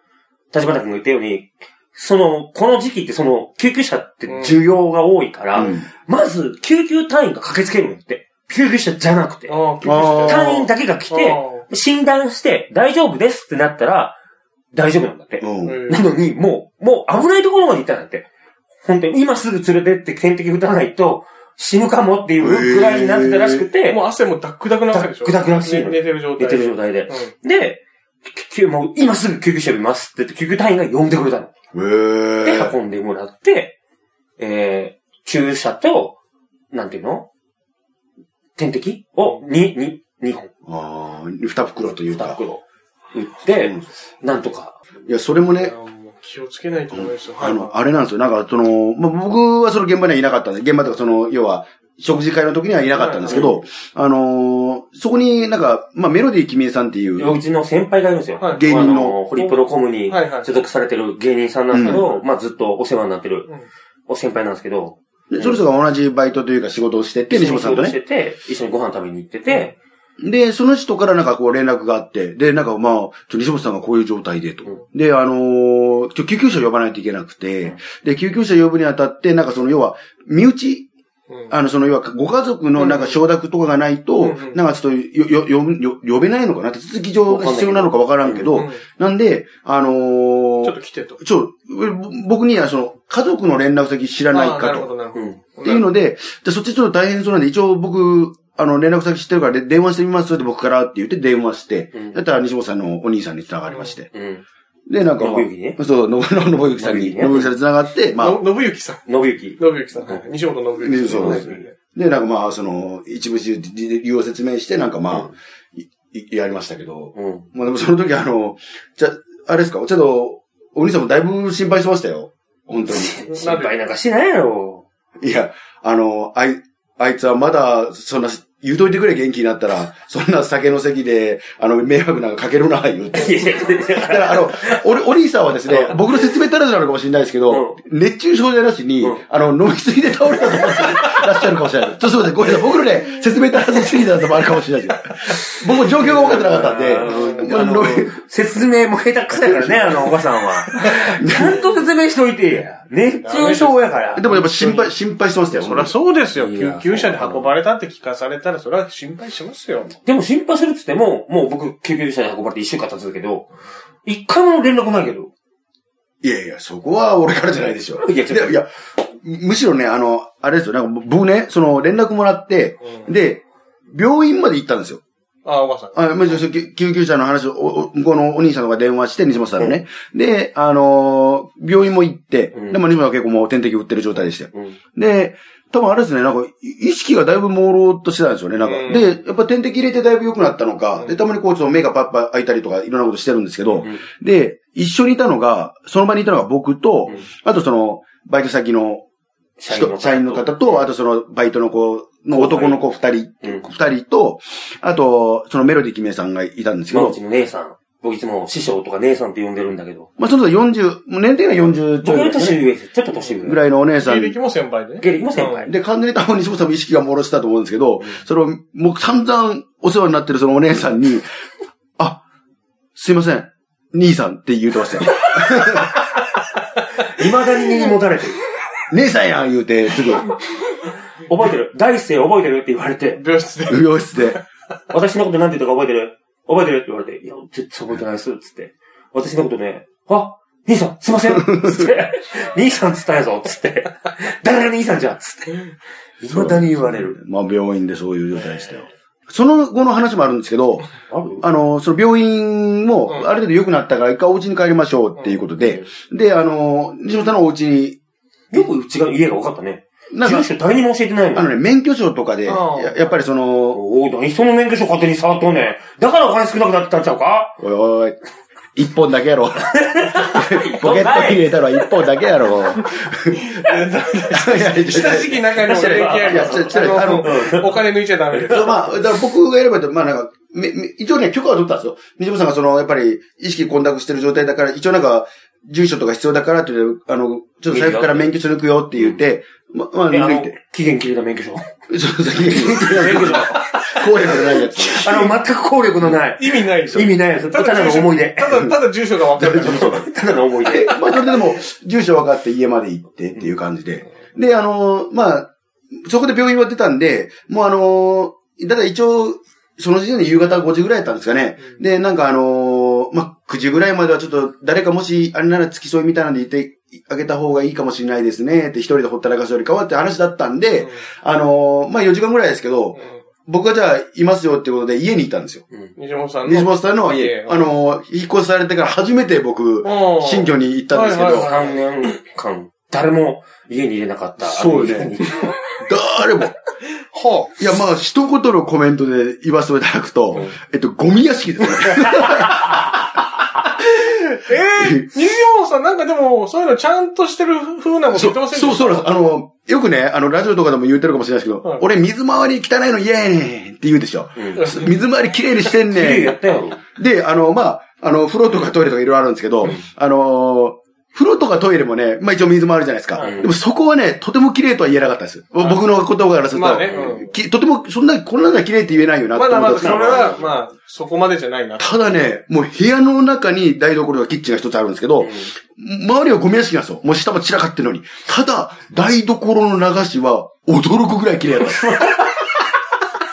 [SPEAKER 1] ー、立花君が言ったように、その、この時期ってその、救急車って需要が多いから、
[SPEAKER 2] うん、うん
[SPEAKER 1] まず、救急隊員が駆けつけるんやって。救急車じゃなくて。
[SPEAKER 3] ああ、救
[SPEAKER 2] あー
[SPEAKER 1] 隊員だけが来て、診断して、大丈夫ですってなったら、大丈夫なんだって。
[SPEAKER 2] うん。
[SPEAKER 3] うん
[SPEAKER 1] なのに、もう、もう危ないところまで行ったんだって。本当に、今すぐ連れてって点滴打たないと、死ぬかもっていうぐらいになってたらしくて、
[SPEAKER 3] もう汗もダックダクなわけでし
[SPEAKER 1] ダッ
[SPEAKER 3] ょ
[SPEAKER 1] クダクらしいの
[SPEAKER 3] ね寝てる状態。
[SPEAKER 1] 寝てる状態で。
[SPEAKER 3] うん
[SPEAKER 1] で、救急、もう今すぐ救急車呼びますって言って、救急隊員が呼んでくれたの。
[SPEAKER 2] へ
[SPEAKER 1] で、
[SPEAKER 2] え。
[SPEAKER 1] 運んでもらって、えー、注射と、なんていうの点滴を、に、に、二本、
[SPEAKER 2] ああ、二袋という
[SPEAKER 1] 二
[SPEAKER 2] か。
[SPEAKER 1] 袋打って、なんとか。
[SPEAKER 2] いや、それも
[SPEAKER 3] い
[SPEAKER 2] ね
[SPEAKER 3] や、もう気をつけないと思いますよ。
[SPEAKER 2] あ
[SPEAKER 3] はい
[SPEAKER 2] の、あれなんですよ。なんか、その、まあ、僕はその現場にはいなかったんで、現場とかその、要は、食事会の時にはいなかったんですけど、あのーそこになんか、まあ、メロディー君江さんっていう、
[SPEAKER 1] うちの先輩がいるんですよ。
[SPEAKER 3] はい
[SPEAKER 2] 芸人の
[SPEAKER 1] あホリプロコムに
[SPEAKER 3] はいはい
[SPEAKER 1] 所属されてる芸人さんなんですけど、まあずっとお世話になってる
[SPEAKER 3] うん
[SPEAKER 1] お先輩なんですけど、
[SPEAKER 2] でその人が同じバイトというか仕事をしてて、西本さんと
[SPEAKER 1] 一緒
[SPEAKER 2] ね。
[SPEAKER 1] に仕事してて、一緒にご飯食べに行ってて、
[SPEAKER 2] で、その人からなんかこう連絡があって、で、なんかまあ、ちょ西本さんがこういう状態でと。
[SPEAKER 1] うん
[SPEAKER 2] で、あのーちょ救急車呼ばないといけなくて、
[SPEAKER 1] うん
[SPEAKER 2] で、救急車呼ぶにあたって、なんかその要は、身内
[SPEAKER 3] うん
[SPEAKER 2] あの、その、要は、ご家族の、なんか、承諾とかがないと、
[SPEAKER 3] うんうん
[SPEAKER 2] なんか、ちょっと、よ、よ、よ、よ呼べないのかな手続き上が必要なのかわからんけど、
[SPEAKER 3] うん
[SPEAKER 2] なんで、あのー
[SPEAKER 3] ちょっと来てと。
[SPEAKER 2] ちょ、ぼ僕には、その、家族の連絡先知らない
[SPEAKER 3] あーな
[SPEAKER 2] か
[SPEAKER 3] る
[SPEAKER 2] と。
[SPEAKER 3] ほど、なるほ
[SPEAKER 1] うん。
[SPEAKER 3] ど。
[SPEAKER 2] っていうので、でそっちちょっと大変そうなんで、一応僕、あの、連絡先知ってるからで電話してみますって僕からって言って電話して、
[SPEAKER 1] うん
[SPEAKER 2] だったら西本さんのお兄さんに繋がりまして。
[SPEAKER 1] うん。
[SPEAKER 2] で、なんか、
[SPEAKER 1] 信行ね
[SPEAKER 2] そうそう、 (laughs) のの信之さんに、
[SPEAKER 1] 信行ね
[SPEAKER 2] 信之さんに繋がって、まあ、
[SPEAKER 3] の信之さん。
[SPEAKER 1] 信行。
[SPEAKER 3] 信之さん。はい西本信之さん。
[SPEAKER 2] そう
[SPEAKER 1] ですね
[SPEAKER 2] で、なんかまあ、その、一部理由を説明して、なんかまあ、いいやりましたけど、
[SPEAKER 1] うん。
[SPEAKER 2] まあでもその時あの、じゃ、あれですか、ちょっと、お兄さんもだいぶ心配してましたよ。本当に。
[SPEAKER 1] 心配なんかしてないやろ。
[SPEAKER 2] いや、あの、あい、あいつはまだ、そんな、言うといてくれ、元気になったら、そんな酒の席で、あの、迷惑なんかかけるな、言うて。
[SPEAKER 1] いやい
[SPEAKER 2] だ
[SPEAKER 1] や
[SPEAKER 2] か
[SPEAKER 1] いや
[SPEAKER 2] ら、あの、お、お兄さんはですね、僕の説明足らずなのかもしれないですけど、熱中症じゃなしに、
[SPEAKER 1] うん
[SPEAKER 2] あの、飲みすぎて倒れたと思ってらっしゃるかもしれない。ちょっとすみません、ごめんなさい。僕のね、説明足らずすぎたのもあるかもしれないです僕も状況が分かってなかったんで、
[SPEAKER 1] あの
[SPEAKER 2] まあ飲み、
[SPEAKER 1] 説明も下手くそやからね、あの、おばさん (laughs) は。ちゃんと説明しといてや。熱中症やから。
[SPEAKER 2] でもやっぱ心配、心配してましたよ。
[SPEAKER 3] そりゃそうですよ。
[SPEAKER 1] いや
[SPEAKER 3] 救急車で運ばれたって聞かされたら、それは心配しますよ。
[SPEAKER 1] でも心配するっつっても、もう僕、救急車に運ばれて一週間経つけど、一回も連絡ないけど。
[SPEAKER 2] いやいや、そこは俺からじゃないでしょ。
[SPEAKER 1] いやちょっと
[SPEAKER 2] いや、むしろね、あの、あれですよ、なんか僕ね、その連絡もらって、で、病院まで行ったんですよ。
[SPEAKER 3] あ、おばさん。
[SPEAKER 2] あむしろそう救救急車の話を、おお向こうのお兄さんとか電話して、西本さんのね。で、あのー病院も行って、
[SPEAKER 1] うん
[SPEAKER 2] でも西本は結構もう点滴打ってる状態でしたよ。
[SPEAKER 1] うん。
[SPEAKER 2] で、多分あれですね、なんか、い意識がだいぶ朦朧としてたんですよね、なんか。
[SPEAKER 3] うん
[SPEAKER 2] で、やっぱ点滴入れてだいぶ良くなったのか、
[SPEAKER 3] うん
[SPEAKER 2] で、たまにこう、ちょっと目がパッパ開いたりとか、いろんなことしてるんですけ
[SPEAKER 1] う
[SPEAKER 2] ど、
[SPEAKER 1] ん
[SPEAKER 2] で、一緒にいたのが、その場にいたのが僕と、
[SPEAKER 1] うん
[SPEAKER 2] あとその、バイト先の
[SPEAKER 1] 社員の
[SPEAKER 2] 人
[SPEAKER 1] 方
[SPEAKER 2] 社員の方と、あとその、バイトの子の男の子二人、
[SPEAKER 1] うん
[SPEAKER 2] 二人と、あと、そのメロディキメさんがいたんですけ
[SPEAKER 1] 今の
[SPEAKER 2] ど
[SPEAKER 1] うち、の姉さん。僕いつも師匠とか姉さんって呼んでるんだけど。
[SPEAKER 2] まあ、その時40、年齢が40ちょ
[SPEAKER 1] 僕
[SPEAKER 2] い
[SPEAKER 1] より
[SPEAKER 2] ぐらいです
[SPEAKER 1] 年
[SPEAKER 2] ね
[SPEAKER 1] 上です。ちょっと年上。
[SPEAKER 2] ぐら
[SPEAKER 1] い。
[SPEAKER 2] いのお姉さん
[SPEAKER 3] 経歴も先輩でね。
[SPEAKER 1] 芸歴も先輩。
[SPEAKER 2] で、完全に多分西本さんも意識がもろしたと思うんですけど、それを、もう散々お世話になってるそのお姉さんに、あ、すいません、兄さんって言うて
[SPEAKER 1] (laughs)
[SPEAKER 2] ましたよ。
[SPEAKER 1] 未だに根に持たれてる。
[SPEAKER 2] 姉さんやん言うて、すぐ、
[SPEAKER 1] 覚えてる大生覚えてるって言われて、
[SPEAKER 3] 病室で。
[SPEAKER 2] 美容室で。
[SPEAKER 1] 私のことなんて言ったか覚えてる覚えてるって言われて、いや、絶対覚えてないっす、つって。私のことね、あ、兄さん、すいません、つって。 (laughs) 兄さんっつったんやぞ、つって。誰が兄さんじゃん、つって。未だに言われる。
[SPEAKER 2] まあ、病院でそういう状態でしたよ。その後の話もあるんですけど、
[SPEAKER 1] ある
[SPEAKER 2] あの、その病院も、
[SPEAKER 3] うん
[SPEAKER 2] ある程度良くなったから、一回お家に帰りましょうっていうことで、で、あの、西本さんのお家に、
[SPEAKER 1] よく違う家が分かったね。
[SPEAKER 2] なん
[SPEAKER 1] 住
[SPEAKER 2] か、
[SPEAKER 1] 所誰にも教えてないも
[SPEAKER 2] あの
[SPEAKER 1] ん。
[SPEAKER 2] ね、免許証とかで、や
[SPEAKER 3] ああ
[SPEAKER 2] やっぱりその、
[SPEAKER 1] おお、何その免許証勝手に触っとんねん。だからお金少なくなってたんちゃうか
[SPEAKER 2] おいおい、一本だけやろ。ポケットに入れたのは一本だけやろ。いやいやいや
[SPEAKER 3] 親しき仲の連
[SPEAKER 2] いやちょちょ
[SPEAKER 3] 携あの、お金抜いちゃダメです。
[SPEAKER 2] まあ、だから僕がやればいいと、まあなんか、めめ一応ね、許可は取ったんですよ。西本さんがその、やっぱり、意識混濁してる状態だから、一応なんか、住所とか必要だからっていうのであの、ちょっと財布から免許証抜くよって言って、ま、まあ、
[SPEAKER 1] えあ
[SPEAKER 2] 抜
[SPEAKER 1] の
[SPEAKER 2] いて。、
[SPEAKER 1] 期限切れた免許証。
[SPEAKER 2] そうそう、 (laughs) こういうのじゃないやつ。
[SPEAKER 1] あの、全く効力のない。
[SPEAKER 3] 意味ないでしょ。
[SPEAKER 1] 意味ないやつ。ただの
[SPEAKER 3] 住所
[SPEAKER 1] 思い出。
[SPEAKER 3] ただ、ただ住所が分かるだ
[SPEAKER 1] (laughs)
[SPEAKER 3] け。
[SPEAKER 1] ただの思い出。
[SPEAKER 2] で、まあ、それででも、住所分かって家まで行ってっていう感じで。で、あのーまあ、そこで病院は出たんで、もうあのーだから一応、その時点で夕方5時ぐらいだったんですかね。で、なんかあのーまあ、9時ぐらいまではちょっと、誰かもし、あれなら付き添いみたいなんでいて、あげた方がいいかもしれないですね。って一人でほったらかすよりかはって話だったんで、あのーまあ、4時間ぐらいですけど、僕はじゃあ、いますよってことで家にいたんですよ。
[SPEAKER 3] 西本さんの。
[SPEAKER 2] 西本さんの家
[SPEAKER 3] 家、
[SPEAKER 2] あのー引っ越しされてから初めて僕、
[SPEAKER 3] うん
[SPEAKER 2] 新居に行ったんですけ
[SPEAKER 3] はい
[SPEAKER 2] ど
[SPEAKER 3] はい、はい
[SPEAKER 1] 3年間、誰も家に入れなかった。
[SPEAKER 2] そうね。誰も。
[SPEAKER 3] はあ
[SPEAKER 2] いや、まあ、一言のコメントで言わせていただくと、
[SPEAKER 3] うん
[SPEAKER 2] えっと、ゴミ屋敷ですね。
[SPEAKER 3] (laughs) えー、西本さんなんかでも、そういうのちゃんとしてる風なこと
[SPEAKER 2] そう、
[SPEAKER 3] 言ってません
[SPEAKER 2] そう、そうなんです。あの、よくね、あの、ラジオとかでも言ってるかもしれないですけど、
[SPEAKER 3] はい
[SPEAKER 2] 俺、水回り汚いの嫌やねんって言うでしょ。
[SPEAKER 1] (laughs) うん。
[SPEAKER 2] 水回り綺麗にしてん
[SPEAKER 1] 綺麗や
[SPEAKER 2] ね
[SPEAKER 1] ったよ。
[SPEAKER 2] ん。で、あの、まあ、あの、風呂とかトイレとかいろいろあるんですけど、あのー風呂とかトイレもね、まあ一応水回りじゃないですか。
[SPEAKER 1] うん
[SPEAKER 2] でもそこはね、とても綺麗とは言えなかったです。僕の言葉からすると、
[SPEAKER 3] まあねう
[SPEAKER 2] きとても、そんな、こんなのは綺麗って言えないよなって
[SPEAKER 3] ま
[SPEAKER 2] 思
[SPEAKER 3] だ
[SPEAKER 2] った
[SPEAKER 3] ま
[SPEAKER 2] んで
[SPEAKER 3] だ
[SPEAKER 2] す
[SPEAKER 3] そ
[SPEAKER 2] けど
[SPEAKER 3] れは、まあ、そこまでじゃないな。
[SPEAKER 2] ただね、もう部屋の中に台所とかキッチンが一つあるんですけど、周りはゴミ屋敷なんですよ。もう下も散らかってるのに。ただ、台所の流しは驚くぐらい綺麗だったんです。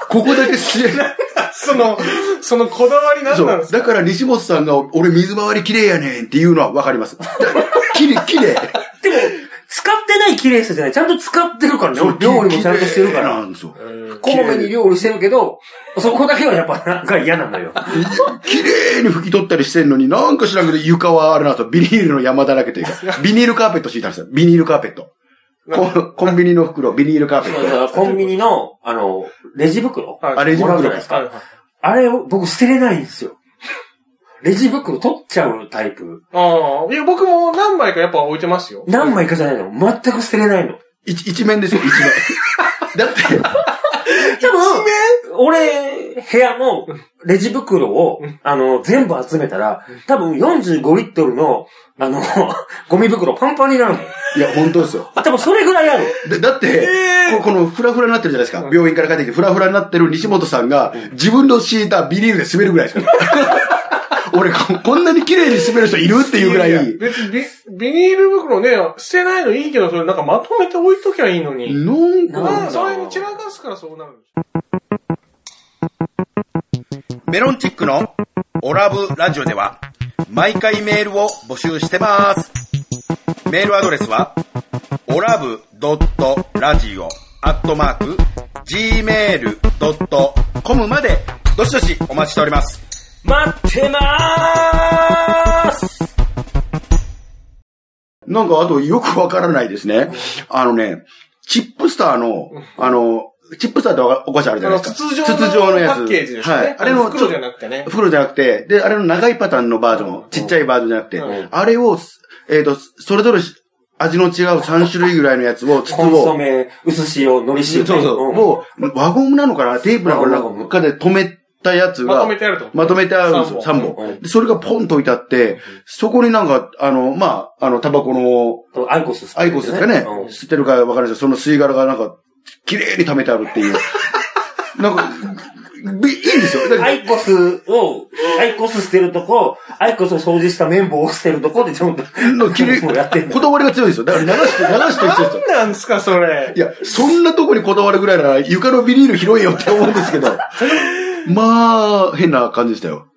[SPEAKER 2] ここだけ知れない。
[SPEAKER 3] その、そのこだわりなん
[SPEAKER 2] そ
[SPEAKER 3] なんで
[SPEAKER 2] う。
[SPEAKER 3] すか
[SPEAKER 2] だから西本さんが、俺水回り綺麗やねんっていうのはわかります。だ綺麗、綺麗。
[SPEAKER 1] でも、使ってない綺麗さじゃない。ちゃんと使ってるからね。料理もちゃんとしてるか
[SPEAKER 2] 綺麗な
[SPEAKER 1] ら。
[SPEAKER 2] んですよ。
[SPEAKER 1] こまめに料理してるけど、そこだけはやっぱなんか嫌なのよ。
[SPEAKER 2] 綺麗に拭き取ったりしてんのに、なんか知らんけど床はあれなんですよ。ビニールの山だらけというか、ビニールカーペット敷いたんですよ。ビニールカーペット。
[SPEAKER 3] なんか
[SPEAKER 2] コンコンビニの袋、ビニールカーペ
[SPEAKER 1] そうだ
[SPEAKER 2] ッ
[SPEAKER 1] か
[SPEAKER 2] ト。
[SPEAKER 1] らコンビニの、あの、レジ袋
[SPEAKER 3] はい
[SPEAKER 2] あレジ
[SPEAKER 1] もらうじ
[SPEAKER 2] 袋
[SPEAKER 1] ゃない
[SPEAKER 2] で
[SPEAKER 1] ですす
[SPEAKER 2] か。
[SPEAKER 3] はい
[SPEAKER 1] か。
[SPEAKER 3] はい
[SPEAKER 1] あれを僕捨てれないんですよ。レジ袋取っちゃうタイプ。
[SPEAKER 3] ああ、いや、僕も何枚かやっぱ置いてますよ。
[SPEAKER 1] 何枚かじゃないの全く捨てれないの。
[SPEAKER 2] 一一面ですよ、一面。
[SPEAKER 3] (laughs)
[SPEAKER 2] だって、
[SPEAKER 1] 多分、俺、部屋のレジ袋を、あの、全部集めたら、多分45リットルの、あの、 (laughs) ゴミ袋パンパンになるもん。
[SPEAKER 2] いや、本当ですよ。
[SPEAKER 1] 多分それぐらいある。
[SPEAKER 2] だだって、ここのフラフラになってるじゃないですか。病院から帰ってきてフラフラになってる西本さんが、自分の敷いたビニールで滑るぐらいで
[SPEAKER 3] (laughs)
[SPEAKER 2] すから。俺こ、こんなに綺麗に滑る人いるっていうぐらい。
[SPEAKER 3] やや別にビ、ビニール袋ね、捨てないのいいけど、それなんかまとめて置いときゃいいのに。
[SPEAKER 2] なん
[SPEAKER 1] なんだ
[SPEAKER 2] か、
[SPEAKER 3] まあ、それに散らかすからそうなるんですよ
[SPEAKER 4] メロンチックのオラブラジオでは毎回メールを募集してます。メールアドレスはオラブドットラジオアットマーク gmail.com までどしどしお待ちしております。
[SPEAKER 1] 待ってまーす
[SPEAKER 2] なんかあとよくわからないですね。あのね、チップスターの、あの、チップスターってお菓子あるじ
[SPEAKER 3] あ
[SPEAKER 2] ゃない
[SPEAKER 3] の、
[SPEAKER 2] ですか。
[SPEAKER 3] 筒状
[SPEAKER 2] 筒状の
[SPEAKER 3] の
[SPEAKER 2] や
[SPEAKER 3] パ
[SPEAKER 2] つ
[SPEAKER 3] ッケージですね。
[SPEAKER 2] はいあれの
[SPEAKER 3] 袋じゃなくてね。
[SPEAKER 2] 袋じゃなくて、で、あれの長いパターンのバージョン、ちっちゃいバージョンじゃなくて、
[SPEAKER 3] うん
[SPEAKER 2] あれを、えっ、と、それぞれ味の違う3種類ぐらいのやつを、筒
[SPEAKER 1] コンソ
[SPEAKER 2] を、
[SPEAKER 1] メ、薄塩、海苔
[SPEAKER 2] そ
[SPEAKER 1] 塩。
[SPEAKER 2] うそう、もう、輪ゴムなのかなテープなのかな
[SPEAKER 1] 輪ゴム
[SPEAKER 2] なんかで止めたやつ
[SPEAKER 3] まと
[SPEAKER 2] が
[SPEAKER 3] め、てあると。
[SPEAKER 2] まとめてあるんですよ、
[SPEAKER 3] 三
[SPEAKER 2] 3
[SPEAKER 3] 本
[SPEAKER 1] う
[SPEAKER 2] 本。
[SPEAKER 1] ん
[SPEAKER 2] でそれがポンと置いてあって、そこになんか、あの、まあ、あの、タバコの、
[SPEAKER 1] うんアイコス吸って
[SPEAKER 2] ア
[SPEAKER 1] る
[SPEAKER 2] イコスですかね
[SPEAKER 1] うん。
[SPEAKER 2] 吸ってるかわからないですけど、その吸い殻がなんか、綺麗に溜めてあるっ
[SPEAKER 1] (laughs)
[SPEAKER 2] ていう。なんか、びいいんですよ。だから
[SPEAKER 1] アイコスを、アイコス捨てるとこ、アイコスを掃除した綿棒を捨てるとこでちょっと、
[SPEAKER 2] の切り、
[SPEAKER 1] もうやってんの
[SPEAKER 2] こだわりが強いですよ。だから流して、流していくんですよ。
[SPEAKER 3] 何なんすか、それ
[SPEAKER 2] い。や、そんなとこにこだわるぐらいなら床のビニール広いよって思うんですけ
[SPEAKER 1] (laughs)
[SPEAKER 2] ど。まあ、変な感じでしたよ。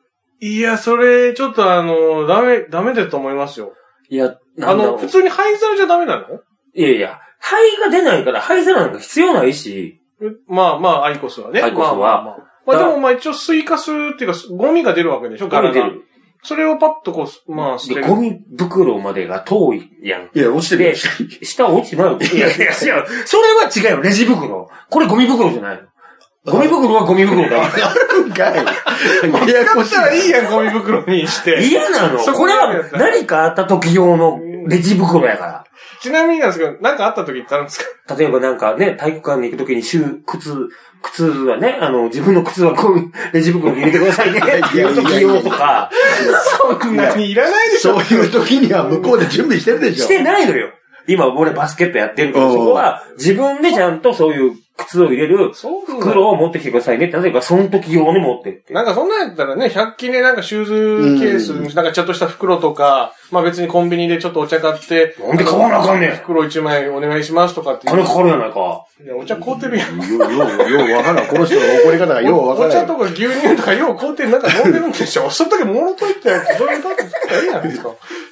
[SPEAKER 3] いや、それ、ちょっとあの、ダメ、ダメだと思いますよ。
[SPEAKER 1] いや、
[SPEAKER 3] あ
[SPEAKER 1] なんだろ
[SPEAKER 3] の、
[SPEAKER 1] う
[SPEAKER 3] 普。通に灰皿じゃダメなの
[SPEAKER 1] いやいや、灰が出ないから灰皿なんか必要ないし、
[SPEAKER 3] えまあまあ、アイコスはね。
[SPEAKER 1] アイコスは
[SPEAKER 3] まあまあまあ、まあでもまあ一応スイカするっていうか、ゴミが出るわけでしょ、
[SPEAKER 1] ゴ
[SPEAKER 3] 柄
[SPEAKER 1] ミ出
[SPEAKER 3] が。
[SPEAKER 1] る。
[SPEAKER 3] それをパッとこう、まあ捨て
[SPEAKER 1] で
[SPEAKER 3] る。
[SPEAKER 1] ゴミ袋までが遠いやん。
[SPEAKER 2] いや、落ちてる
[SPEAKER 1] で、下落ちないよ。いや (laughs) いや、違う。それは違うよ。レジ袋。これゴミ袋じゃないの。ゴミ袋はゴミ袋だ。
[SPEAKER 2] あるんかい。やや
[SPEAKER 3] 使
[SPEAKER 2] こ
[SPEAKER 3] っ
[SPEAKER 2] した
[SPEAKER 3] ら
[SPEAKER 2] い。
[SPEAKER 3] いいやん、ゴミ袋にして。
[SPEAKER 1] (laughs) 嫌なの。
[SPEAKER 3] そこ
[SPEAKER 1] これは何かあった時用のレジ袋やか
[SPEAKER 3] ちなみになんですけど、なんかあった時ってあるんです
[SPEAKER 1] (laughs)
[SPEAKER 3] か
[SPEAKER 1] ら。例えばなんかね、体育館に行く時にシュー、靴、靴はね、あの、自分の靴はこういうレジ袋に入れてくださ (laughs) いねっていう時用とか、
[SPEAKER 3] そんなにいらないでしょ
[SPEAKER 2] そういう時には向こうで準備してるでし
[SPEAKER 1] し
[SPEAKER 2] ょ。
[SPEAKER 1] てないのよ。今俺バスケットやってるから、そこは自分でちゃんとそういう靴を入れる
[SPEAKER 3] そうなんだ
[SPEAKER 1] 袋を持ってきてくださいねって、例えばその時用に持ってって。
[SPEAKER 3] なんかそんなんやったらね、100均でなんかシューズケース、なんかちゃんとした袋とか、まあ別にコンビニでちょっとお茶買って、
[SPEAKER 1] なんで買わなあかんねん
[SPEAKER 3] 袋1枚お願いしますとかっていう。
[SPEAKER 1] 金かかるやないか。
[SPEAKER 3] いや、お茶凍ってるや
[SPEAKER 2] よ
[SPEAKER 3] ん。
[SPEAKER 2] う、よう、ようわからん。この人の怒り方がようわか
[SPEAKER 3] お
[SPEAKER 2] ら
[SPEAKER 3] 茶
[SPEAKER 2] ん。
[SPEAKER 3] とか牛乳とかよう凍ってるなんか飲んでるんでしょその時もろといってやつ、それにだって作ったらいいじゃな
[SPEAKER 1] (laughs)
[SPEAKER 3] いですか。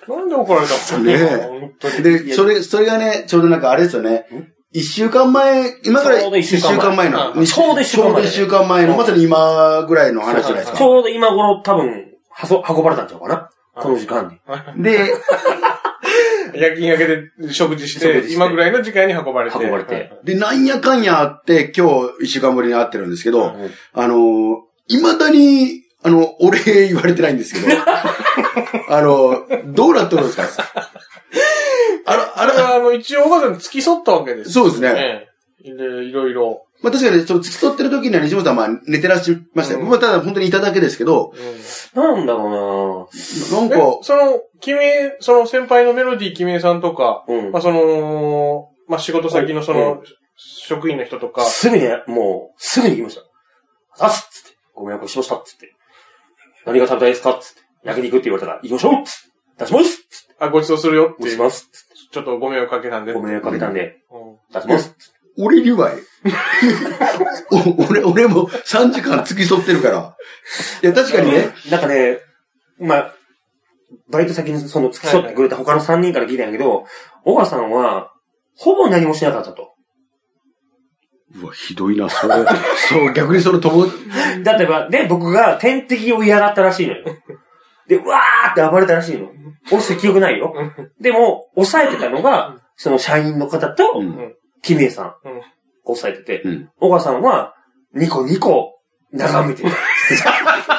[SPEAKER 3] なんで怒られたんですか
[SPEAKER 2] ねえ
[SPEAKER 3] 本当に。
[SPEAKER 2] で、それ、それがね、ちょうどなんかあれですよね。一週間前、今から
[SPEAKER 1] ちょうど
[SPEAKER 2] 一
[SPEAKER 1] 一週
[SPEAKER 2] 週
[SPEAKER 1] 間前
[SPEAKER 2] 間前の。
[SPEAKER 3] うん
[SPEAKER 1] ちょうど一週
[SPEAKER 2] ち
[SPEAKER 1] 間
[SPEAKER 2] ょう
[SPEAKER 1] 前
[SPEAKER 2] ど一週間前の、まさに今ぐらいの話じゃないです
[SPEAKER 1] ち
[SPEAKER 2] か。
[SPEAKER 1] ょうど今頃多分、はそ、運ばれたんちゃうかなこの時間に。
[SPEAKER 2] で、
[SPEAKER 3] 夜勤明けで食事し
[SPEAKER 1] 食
[SPEAKER 3] て
[SPEAKER 1] 事し、て
[SPEAKER 3] 今ぐらいの時間に運ばれて。
[SPEAKER 1] 運ばれて。
[SPEAKER 2] で、なんやかんやあって、今日、一週間ぶりに会ってるんですけ
[SPEAKER 1] う
[SPEAKER 2] ど、
[SPEAKER 1] ん
[SPEAKER 2] あのー、未だに、あの、お礼言われてないんですけど、 (laughs) あのー、どうなっとるんですかあら、あ
[SPEAKER 3] あれ
[SPEAKER 2] ら、
[SPEAKER 3] は、あの、一応、お母さんに付き添ったわけです。
[SPEAKER 2] そうですね。
[SPEAKER 3] ええ。で、いろいろ。
[SPEAKER 2] まあ確かに、その、付き添ってる時には西本さんはまあ寝てらっしゃいましたよ。
[SPEAKER 3] うん
[SPEAKER 2] まあただ本当にいただけですけど、
[SPEAKER 1] なんだろ
[SPEAKER 2] なん
[SPEAKER 3] え
[SPEAKER 2] か、
[SPEAKER 3] その、君、その先輩のメロディー君江さんとか、
[SPEAKER 1] うなうん
[SPEAKER 3] まあ、。その、まあ、仕事先のそうの、職員の人とか、
[SPEAKER 1] すぐにね、もう、すぐに行きました。あっつって。ご迷惑をしましたっつって。何が食べたいですかっつって。焼肉って言われたから、行きましょうっつって。出しますっつって
[SPEAKER 3] あ、ごちそうするよっ
[SPEAKER 1] ごち
[SPEAKER 3] て
[SPEAKER 1] そうし、ますっつっ
[SPEAKER 3] ちょっとご迷惑かけたんで。
[SPEAKER 1] て。ご迷惑かけたんで、
[SPEAKER 3] うん
[SPEAKER 1] 出しますっつって。
[SPEAKER 2] 俺にはい (laughs) お俺、俺も3時間付き添ってるから。いや、確かにね、
[SPEAKER 1] なんかね、まあ、バイト先にその付き添ってくれた他の3人から聞いたんやけど、小川さんは、ほぼ何もしなかったと。
[SPEAKER 2] うわ、ひどいな、それ。そう、逆にその友、
[SPEAKER 1] だってば、で、僕が天敵を嫌がったらしいのよ。で、うわーって暴れたらしいの。俺した記憶ないよ。でも、抑えてたのが、その社員の方
[SPEAKER 2] う
[SPEAKER 1] と、
[SPEAKER 2] ん。
[SPEAKER 1] キミエさん
[SPEAKER 3] うん。
[SPEAKER 1] 抑えてて、
[SPEAKER 2] うん。
[SPEAKER 1] 小川さんは、ニコニコ、眺めてる。 (laughs)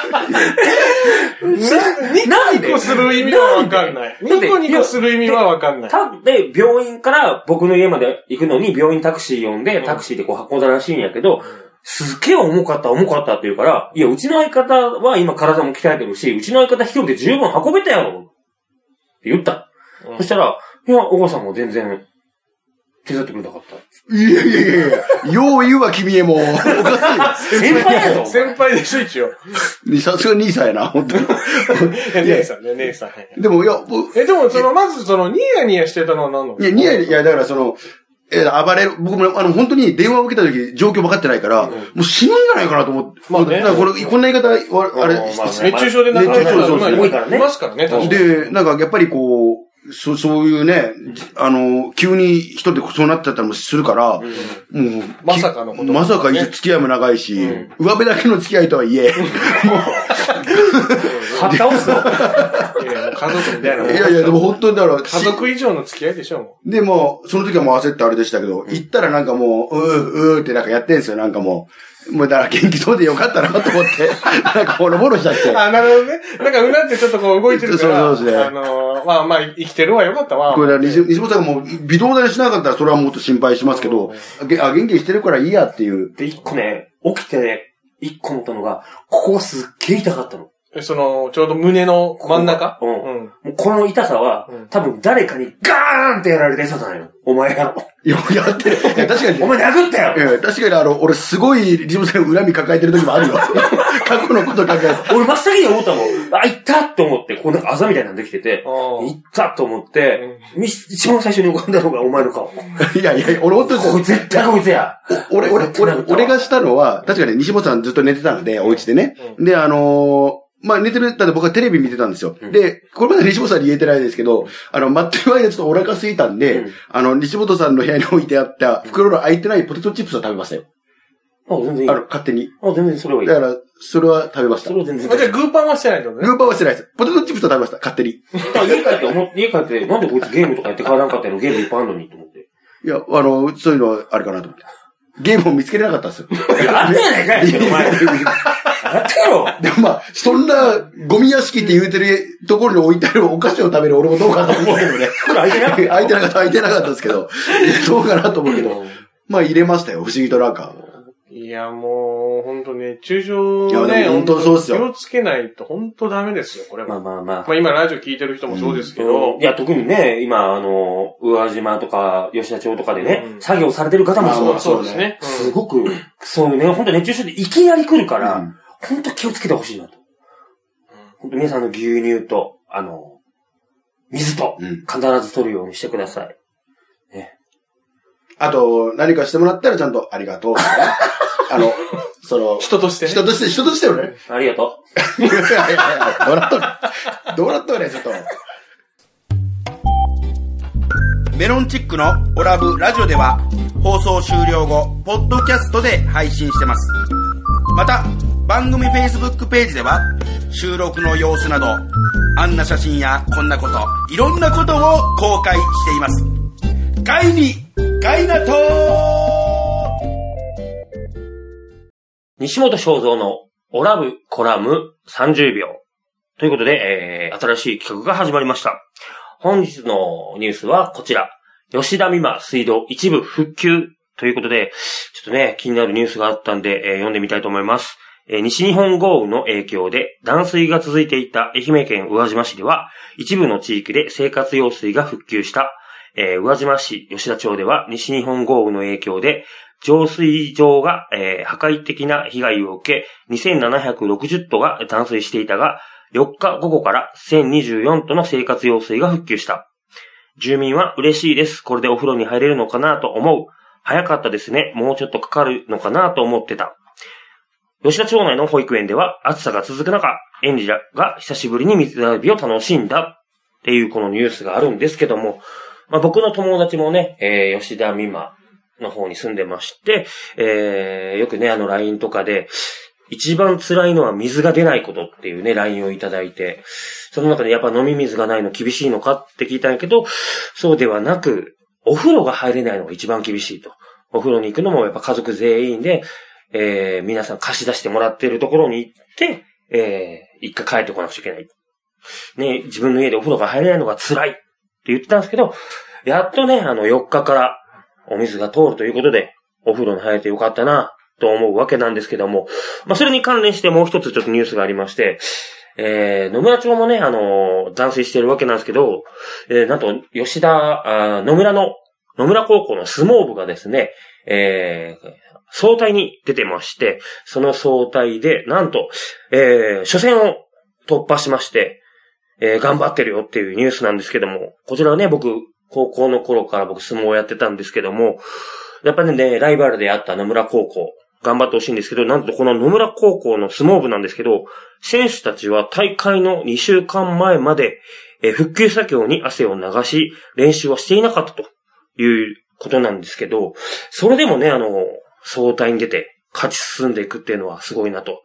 [SPEAKER 1] な
[SPEAKER 3] ニコニコする意味はわかんない。ニコニコする意味はわ
[SPEAKER 1] (laughs)
[SPEAKER 3] かんない。
[SPEAKER 1] た、で、病院から僕の家まで行くのに、病院タクシー呼んで、タクシーでこう運んだらしいんやけど、すっげえ重かった、重かったって言うから、いや、うちの相方は今体も鍛えてるし、うちの相方一人で十分運べたやろって言った。
[SPEAKER 3] うん
[SPEAKER 1] そしたら、いや、小川さんも全然、手伝ってくれなかった。
[SPEAKER 2] いやいやいやいや、よう言うわ、君
[SPEAKER 3] (laughs)
[SPEAKER 2] へも。おかし
[SPEAKER 1] (laughs) 先輩やぞ
[SPEAKER 3] 先輩でしょ、一応。
[SPEAKER 2] い。さすが兄さんやな、本当に。
[SPEAKER 3] 姉さんね、姉さん。はい
[SPEAKER 2] でも、いや、僕、
[SPEAKER 3] え、でも、その、まず、その、ニヤニヤしてたのは何なの
[SPEAKER 2] いや、ニヤニヤ、いや、だからその、えー暴れる、僕も、あの、本当に電話を受けた時、状況分かってないから、
[SPEAKER 3] うん
[SPEAKER 2] もう死ぬんじゃないかなと思って。
[SPEAKER 3] まあね
[SPEAKER 2] だからこれ、こんな言い方、わあれ、
[SPEAKER 1] まあまあまあ
[SPEAKER 2] 失
[SPEAKER 3] 熱中症で亡くなった
[SPEAKER 2] 熱中症
[SPEAKER 3] 人
[SPEAKER 2] そ
[SPEAKER 3] ま
[SPEAKER 2] う
[SPEAKER 3] あ
[SPEAKER 2] そう
[SPEAKER 1] 多いからね
[SPEAKER 3] いますからね、確か
[SPEAKER 2] 礼
[SPEAKER 3] に。
[SPEAKER 2] で、なんか、やっぱりこう、そ、そういうね、あの、急に人ってそうなっちゃったりもするから、もう、
[SPEAKER 3] まさかのこと
[SPEAKER 2] まさか、
[SPEAKER 3] ね
[SPEAKER 2] 付き合いも長いし、
[SPEAKER 1] うん
[SPEAKER 2] 上辺だけの付き合いとはいえ、
[SPEAKER 1] 貼った押すぞ。
[SPEAKER 3] いやいやもう家族みたいなもん。
[SPEAKER 2] いやいや、でも本当にだから、
[SPEAKER 3] 家族以上の付き合いでしょ、も
[SPEAKER 2] で、もう、その時はもう焦ってあれでしたけど、行ったらなんかもう、うー、うーってなんかやってんすよ、なんかもう。もうだから元気そうでよかったなと思 (laughs) って、なんかほのぼのしちゃって。
[SPEAKER 3] う。 (laughs) あ、なるほどね。なんか、うなってちょっとこう動いてるから、
[SPEAKER 2] そうそうですね
[SPEAKER 3] あのー、まあまあ、生きてるわ、よかったわ。
[SPEAKER 2] これだ西西本さんがもう、微動だにしなかったらそれはもっと心配しますけど、げあ、元気してるからいいやっていう。
[SPEAKER 1] で、一個ね、起きてね、一個思ったのが、ここがすっげえ痛かったの。
[SPEAKER 3] えその、ちょうど胸の真ん中
[SPEAKER 1] う。
[SPEAKER 3] うんん。
[SPEAKER 1] もうこの痛さは、
[SPEAKER 3] うん
[SPEAKER 1] 多分誰かにガーンってやられて痛さなのよ。お前やろ。
[SPEAKER 2] いや、やってる。いや確かに。
[SPEAKER 1] お前殴ったよ、
[SPEAKER 2] ええ確かにあの、俺すごい、西本さんに恨み抱えてる時もある (laughs) よ。過去のこと考えて。
[SPEAKER 1] 俺真っ先に思ったもん。あ、いたって思って、こうなんかあざみたいなのできてて、
[SPEAKER 3] うん
[SPEAKER 1] いったと思って、み一番最初に浮かんだのがお前の顔。こ
[SPEAKER 2] いやいや、俺本当に
[SPEAKER 1] れ絶対こいつや。
[SPEAKER 2] 俺、俺、
[SPEAKER 1] (laughs)
[SPEAKER 2] 俺、俺がしたのは、確かに西本さんずっと寝てたので、お家でね。で、あのーまあ、寝てる、だって僕はテレビ見てたんですよ。で、これまで西本さんに言えてないですけど、あの、待ってる間ちょっとお腹空いたんで、
[SPEAKER 1] うん
[SPEAKER 2] あの、西本さんの部屋に置いてあった袋の開いてないポテトチップスを食べましたよ。
[SPEAKER 1] あ、全然いい。
[SPEAKER 2] あの、
[SPEAKER 1] あ、
[SPEAKER 2] 勝手に。
[SPEAKER 1] 全然それはいい
[SPEAKER 2] だ。から、それは食べました
[SPEAKER 1] そ。れは全然
[SPEAKER 3] あじゃあ、グーパンはしてないってことね。
[SPEAKER 2] グーパーはしてないです。ポテトチップスを食べました。勝手に。
[SPEAKER 1] 大丈夫。家帰って思 (laughs) っ、家帰って、なんでこいつゲームとかやって帰らんかったのゲームいっぱいあんのにと思って。
[SPEAKER 2] いや、あの、そういうのはあるかなと思って。ゲームを見つけれなかったんですよ。
[SPEAKER 1] あったやないかい、 (laughs) お前。あったやろ。
[SPEAKER 2] でもまあ、そんな、ゴミ屋敷って言うてるところに置いてあるお菓子を食べる俺もどうかと思う (laughs) けどね。
[SPEAKER 1] これ開いてなく
[SPEAKER 2] 空いてなかった、空いてなかったですけど、どうかなと思うけど、まあ入れましたよ、不思議となんか。
[SPEAKER 3] いや、もう、ほんと熱中症
[SPEAKER 2] いや
[SPEAKER 3] ね、
[SPEAKER 2] でも本当そうっすよ
[SPEAKER 3] 本当に気をつけないと、ほんとダメですよ、これは。
[SPEAKER 1] まあまあまあ。
[SPEAKER 3] まあ今ラジオ聞いてる人もそうですけど、
[SPEAKER 1] いや、特にね、今、あの、宇和島とか吉田町とかでね、
[SPEAKER 3] うん
[SPEAKER 1] 作業されてる方もそう
[SPEAKER 2] まあまあ
[SPEAKER 3] そうですね。
[SPEAKER 1] すごく、そういうね、本当熱中症でいきなり来るか
[SPEAKER 2] う
[SPEAKER 1] ら
[SPEAKER 2] ん、
[SPEAKER 1] 本当気をつけてほしいなと。本当皆さんの牛乳と、あの、水と
[SPEAKER 2] うん、
[SPEAKER 1] 必ず取るようにしてください。
[SPEAKER 2] あと、何かしてもらったらちゃんとありがとうとかね。あの、その、
[SPEAKER 3] 人としてね。
[SPEAKER 2] 人として、人としてよね。
[SPEAKER 1] ありがとう。
[SPEAKER 2] いやいやいや (laughs) どうなっとるどうなっとるね、ちょっと。
[SPEAKER 4] メロンチックのオラブラジオでは放送終了後、ポッドキャストで配信してます。また、番組 Facebook ページでは収録の様子など、あんな写真やこんなこと、いろんなことを公開しています。ガイに、ガイナトー
[SPEAKER 1] 西本正蔵のオラブコラム30秒。ということで、えー、新しい企画が始まりました。本日のニュースはこちら。吉田美馬水道一部復旧ということで、ちょっとね、気になるニュースがあったんで、えー読んでみたいと思います。えー西日本豪雨の影響で断水が続いていた愛媛県宇和島市では、一部の地域で生活用水が復旧した。えー宇和島市吉田町では西日本豪雨の影響で浄水場が、えー破壊的な被害を受け、2760戸が断水していたが、4日午後から1024戸の生活用水が復旧した。住民は嬉しいです。これでお風呂に入れるのかなと思う。早かったですね。もうちょっとかかるのかなと思ってた。吉田町内の保育園では暑さが続く中、園児らが久しぶりに水浴びを楽しんだっていうこのニュースがあるんですけども、まあ、僕の友達もね、えー吉田美馬の方に住んでまして、えー、よくね、あの LINE とかで、一番辛いのは水が出ないことっていうね、LINE をいただいて、その中でやっぱ飲み水がないの厳しいのかって聞いたんやけど、そうではなく、お風呂が入れないのが一番厳しいと。お風呂に行くのもやっぱ家族全員で、えー、皆さん貸し出してもらっているところに行って、えー、一回帰ってこなくちゃいけない。ね、自分の家でお風呂が入れないのが辛いって言ってたんですけど、やっとね、あの4日からお水が通るということで、お風呂に入れてよかったな、と思うわけなんですけども、まあ、それに関連してもう一つちょっとニュースがありまして、えー、野村町もね、あのー断水してるわけなんですけど、えー、なんと、吉田、あー野村の、野村高校の相撲部がですね、えー、総体に出てまして、その総体で、なんと、えー、初戦を突破しまして、えー、頑張ってるよっていうニュースなんですけども、こちらはね、僕、高校の頃から僕相撲をやってたんですけども、やっぱりね、ライバルであった野村高校、頑張ってほしいんですけど、なんとこの野村高校の相撲部なんですけど、選手たちは大会の2週間前まで、えー復旧作業に汗を流し、練習はしていなかったということなんですけど、それでもね、あの、相対に出て勝ち進んでいくっていうのはすごいなと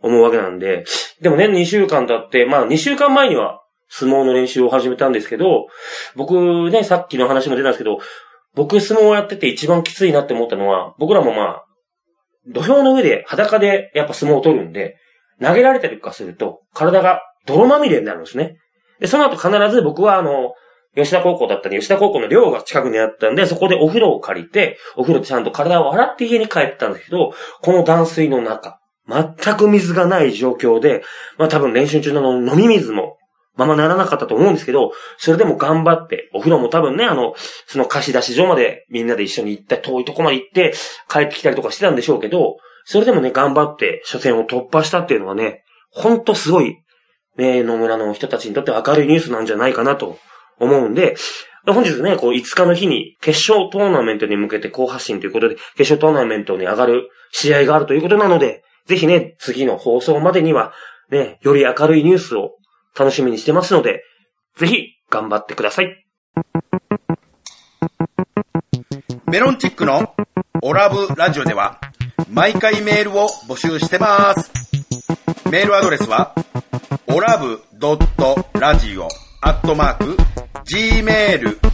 [SPEAKER 1] 思うわけなんで、でもね、2週間経って、まあ2週間前には相撲の練習を始めたんですけど、僕ね、さっきの話も出たんですけど、僕相撲をやってて一番きついなって思ったのは、僕らもまあ、土俵の上で裸でやっぱ相撲を取るんで、投げられたりとかすると、体が泥まみれになるんですね。で、その後必ず僕はあの、吉田高校だったんで、吉田高校の寮が近くにあったんで、そこでお風呂を借りて、お風呂でちゃんと体を洗って家に帰ったんですけど、この断水の中、全く水がない状況で、まあ多分練習中のあの飲み水も、ままならなかったと思うんですけど、それでも頑張って、お風呂も多分ね、あの、その貸し出し所までみんなで一緒に行った遠いとこまで行って、帰ってきたりとかしてたんでしょうけど、それでもね、頑張って初戦を突破したっていうのはね、ほんとすごい、ね、野村の人たちにとっては明るいニュースなんじゃないかなと思うんで、本日ね、こう5日の日に決勝トーナメントに向けて好発進ということで、決勝トーナメントに上がる試合があるということなので、ぜひね、次の放送までには、ね、より明るいニュースを楽しみにしてますので、ぜひ頑張ってください。
[SPEAKER 4] メロンチックのオラブラジオでは毎回メールを募集してます。メールアドレスはオラブドットラジオアットマーク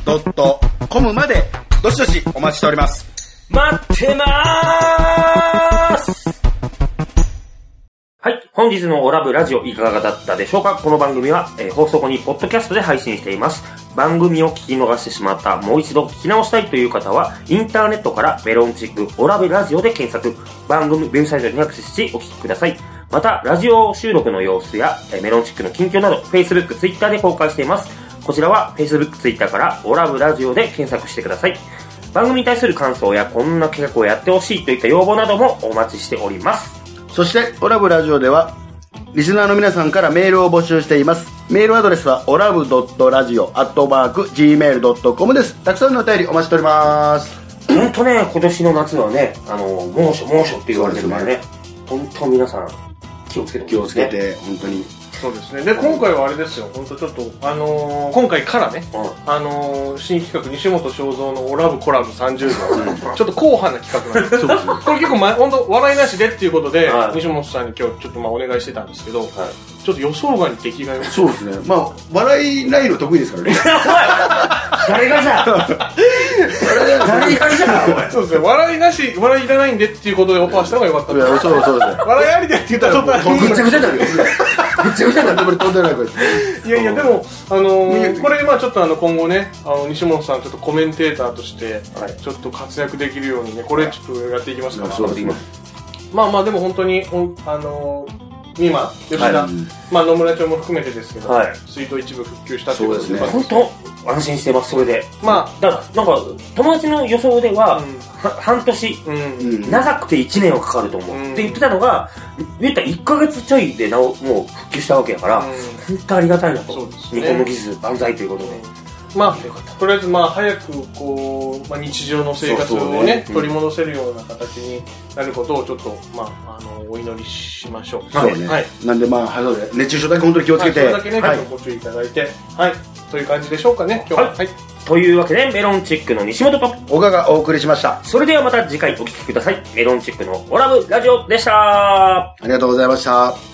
[SPEAKER 4] gmail.com までどしどしお待ちしております。
[SPEAKER 1] 待ってまーすはい。本日のオラブラジオいかがだったでしょうかこの番組は、えー放送後にポッドキャストで配信しています。番組を聞き逃してしまった、もう一度聞き直したいという方は、インターネットからメロンチックオラブラジオで検索、番組ウェブサイトにアクセスしお聞きください。また、ラジオ収録の様子や、えーメロンチックの近況など、Facebook、Twitter で公開しています。こちらは Facebook、Twitter からオラブラジオで検索してください。番組に対する感想やこんな企画をやってほしいといった要望などもお待ちしております。
[SPEAKER 2] そして、オラブラジオでは、リスナーの皆さんからメールを募集しています。メールアドレスは、オラブドットラジオアットマーク、gmail.com です。たくさんのお便りお待ちしております。
[SPEAKER 1] ほんとね、今年の夏はね、あの、猛暑猛暑って言われてるからね、ほんと皆さん気をつけてほしい
[SPEAKER 2] 気をつけ
[SPEAKER 1] ね。
[SPEAKER 2] て、本当に。
[SPEAKER 3] そうですね。で、今回はあれですよ。本当ちょっと、あのー今回からね、
[SPEAKER 1] うん。
[SPEAKER 3] あのー新企画、西本正蔵のオラブコラム30秒。ちょっと後半な企画なんです。これ結構、ま、本当笑いなしでっていうことで、
[SPEAKER 1] はい
[SPEAKER 3] 西本さんに今日ちょっとまあお願いしてたんですけど、
[SPEAKER 1] はい
[SPEAKER 3] ちょっと予想外に敵がいまし
[SPEAKER 2] そうですね。まあ、笑いないの得意ですからね。
[SPEAKER 1] 誰がじゃ誰がじゃ
[SPEAKER 3] た。そうですね。笑いなし、笑いいらないんでっていうことでオファーしたのが良かった
[SPEAKER 2] い
[SPEAKER 3] んです。
[SPEAKER 2] や (laughs) そうそうですね。
[SPEAKER 3] 笑いありでって言ったら、途
[SPEAKER 2] もう
[SPEAKER 3] 端
[SPEAKER 2] ぐ
[SPEAKER 3] に
[SPEAKER 2] っちゃぐちゃになるよ。 (laughs) ぐっちゃぐちゃになって、これ飛んでないこれ。
[SPEAKER 3] いやいや、でも、あの
[SPEAKER 2] う
[SPEAKER 3] ー、
[SPEAKER 2] ん
[SPEAKER 3] これ、まあちょっとあの、今後ね、あの、西本さん、ちょっとコメンテーターとして
[SPEAKER 1] はい、
[SPEAKER 3] ちょっと活躍できるようにね、これ、ちょっとやっていきますから。
[SPEAKER 2] そうですね。
[SPEAKER 3] まあまあ、でも本当に、ほんあのー、今、吉田、
[SPEAKER 1] は
[SPEAKER 3] まあ野村町も含めてですけど、
[SPEAKER 1] はい
[SPEAKER 3] 水道一部復旧したということ
[SPEAKER 2] そうですね
[SPEAKER 1] ほんと安心してます、それで。
[SPEAKER 3] ま
[SPEAKER 1] だから、なんか、友達の予想で
[SPEAKER 3] あ、
[SPEAKER 1] は、
[SPEAKER 3] うん
[SPEAKER 1] は半年、
[SPEAKER 3] うん、
[SPEAKER 2] うん。
[SPEAKER 1] 長くて1年はかかると思う、
[SPEAKER 3] うん
[SPEAKER 1] って言ってたのが、言ったら1ヶ月ちょいでなお、もう復旧したわけやから、
[SPEAKER 3] う
[SPEAKER 1] 本当ありがたいなと。
[SPEAKER 3] そうです
[SPEAKER 1] 日
[SPEAKER 3] ね
[SPEAKER 1] 本の技術万歳ということで。
[SPEAKER 3] んまあ、
[SPEAKER 1] よかった。
[SPEAKER 3] とりあえずまあ早くこう、まあ、日常の生活
[SPEAKER 2] そ
[SPEAKER 3] をね
[SPEAKER 2] うそうね
[SPEAKER 3] 取り戻せるような形になることをちょっと、まあ、あのお祈りしましょう。
[SPEAKER 2] そうね。
[SPEAKER 3] はい
[SPEAKER 2] なんでまあ、はいそうですね熱中症だけ本当に気をつけて。
[SPEAKER 3] はい、それだけね、
[SPEAKER 2] はい
[SPEAKER 3] ちょっとご注意いただいて、はい、という感じでしょうかね、今日は。はい、
[SPEAKER 1] というわけで、メロンチックの西本と、
[SPEAKER 2] 岡がお送りしました。
[SPEAKER 1] それではまた次回お聞きください。メロンチックのオラブラジオでした。
[SPEAKER 2] ありがとうございました。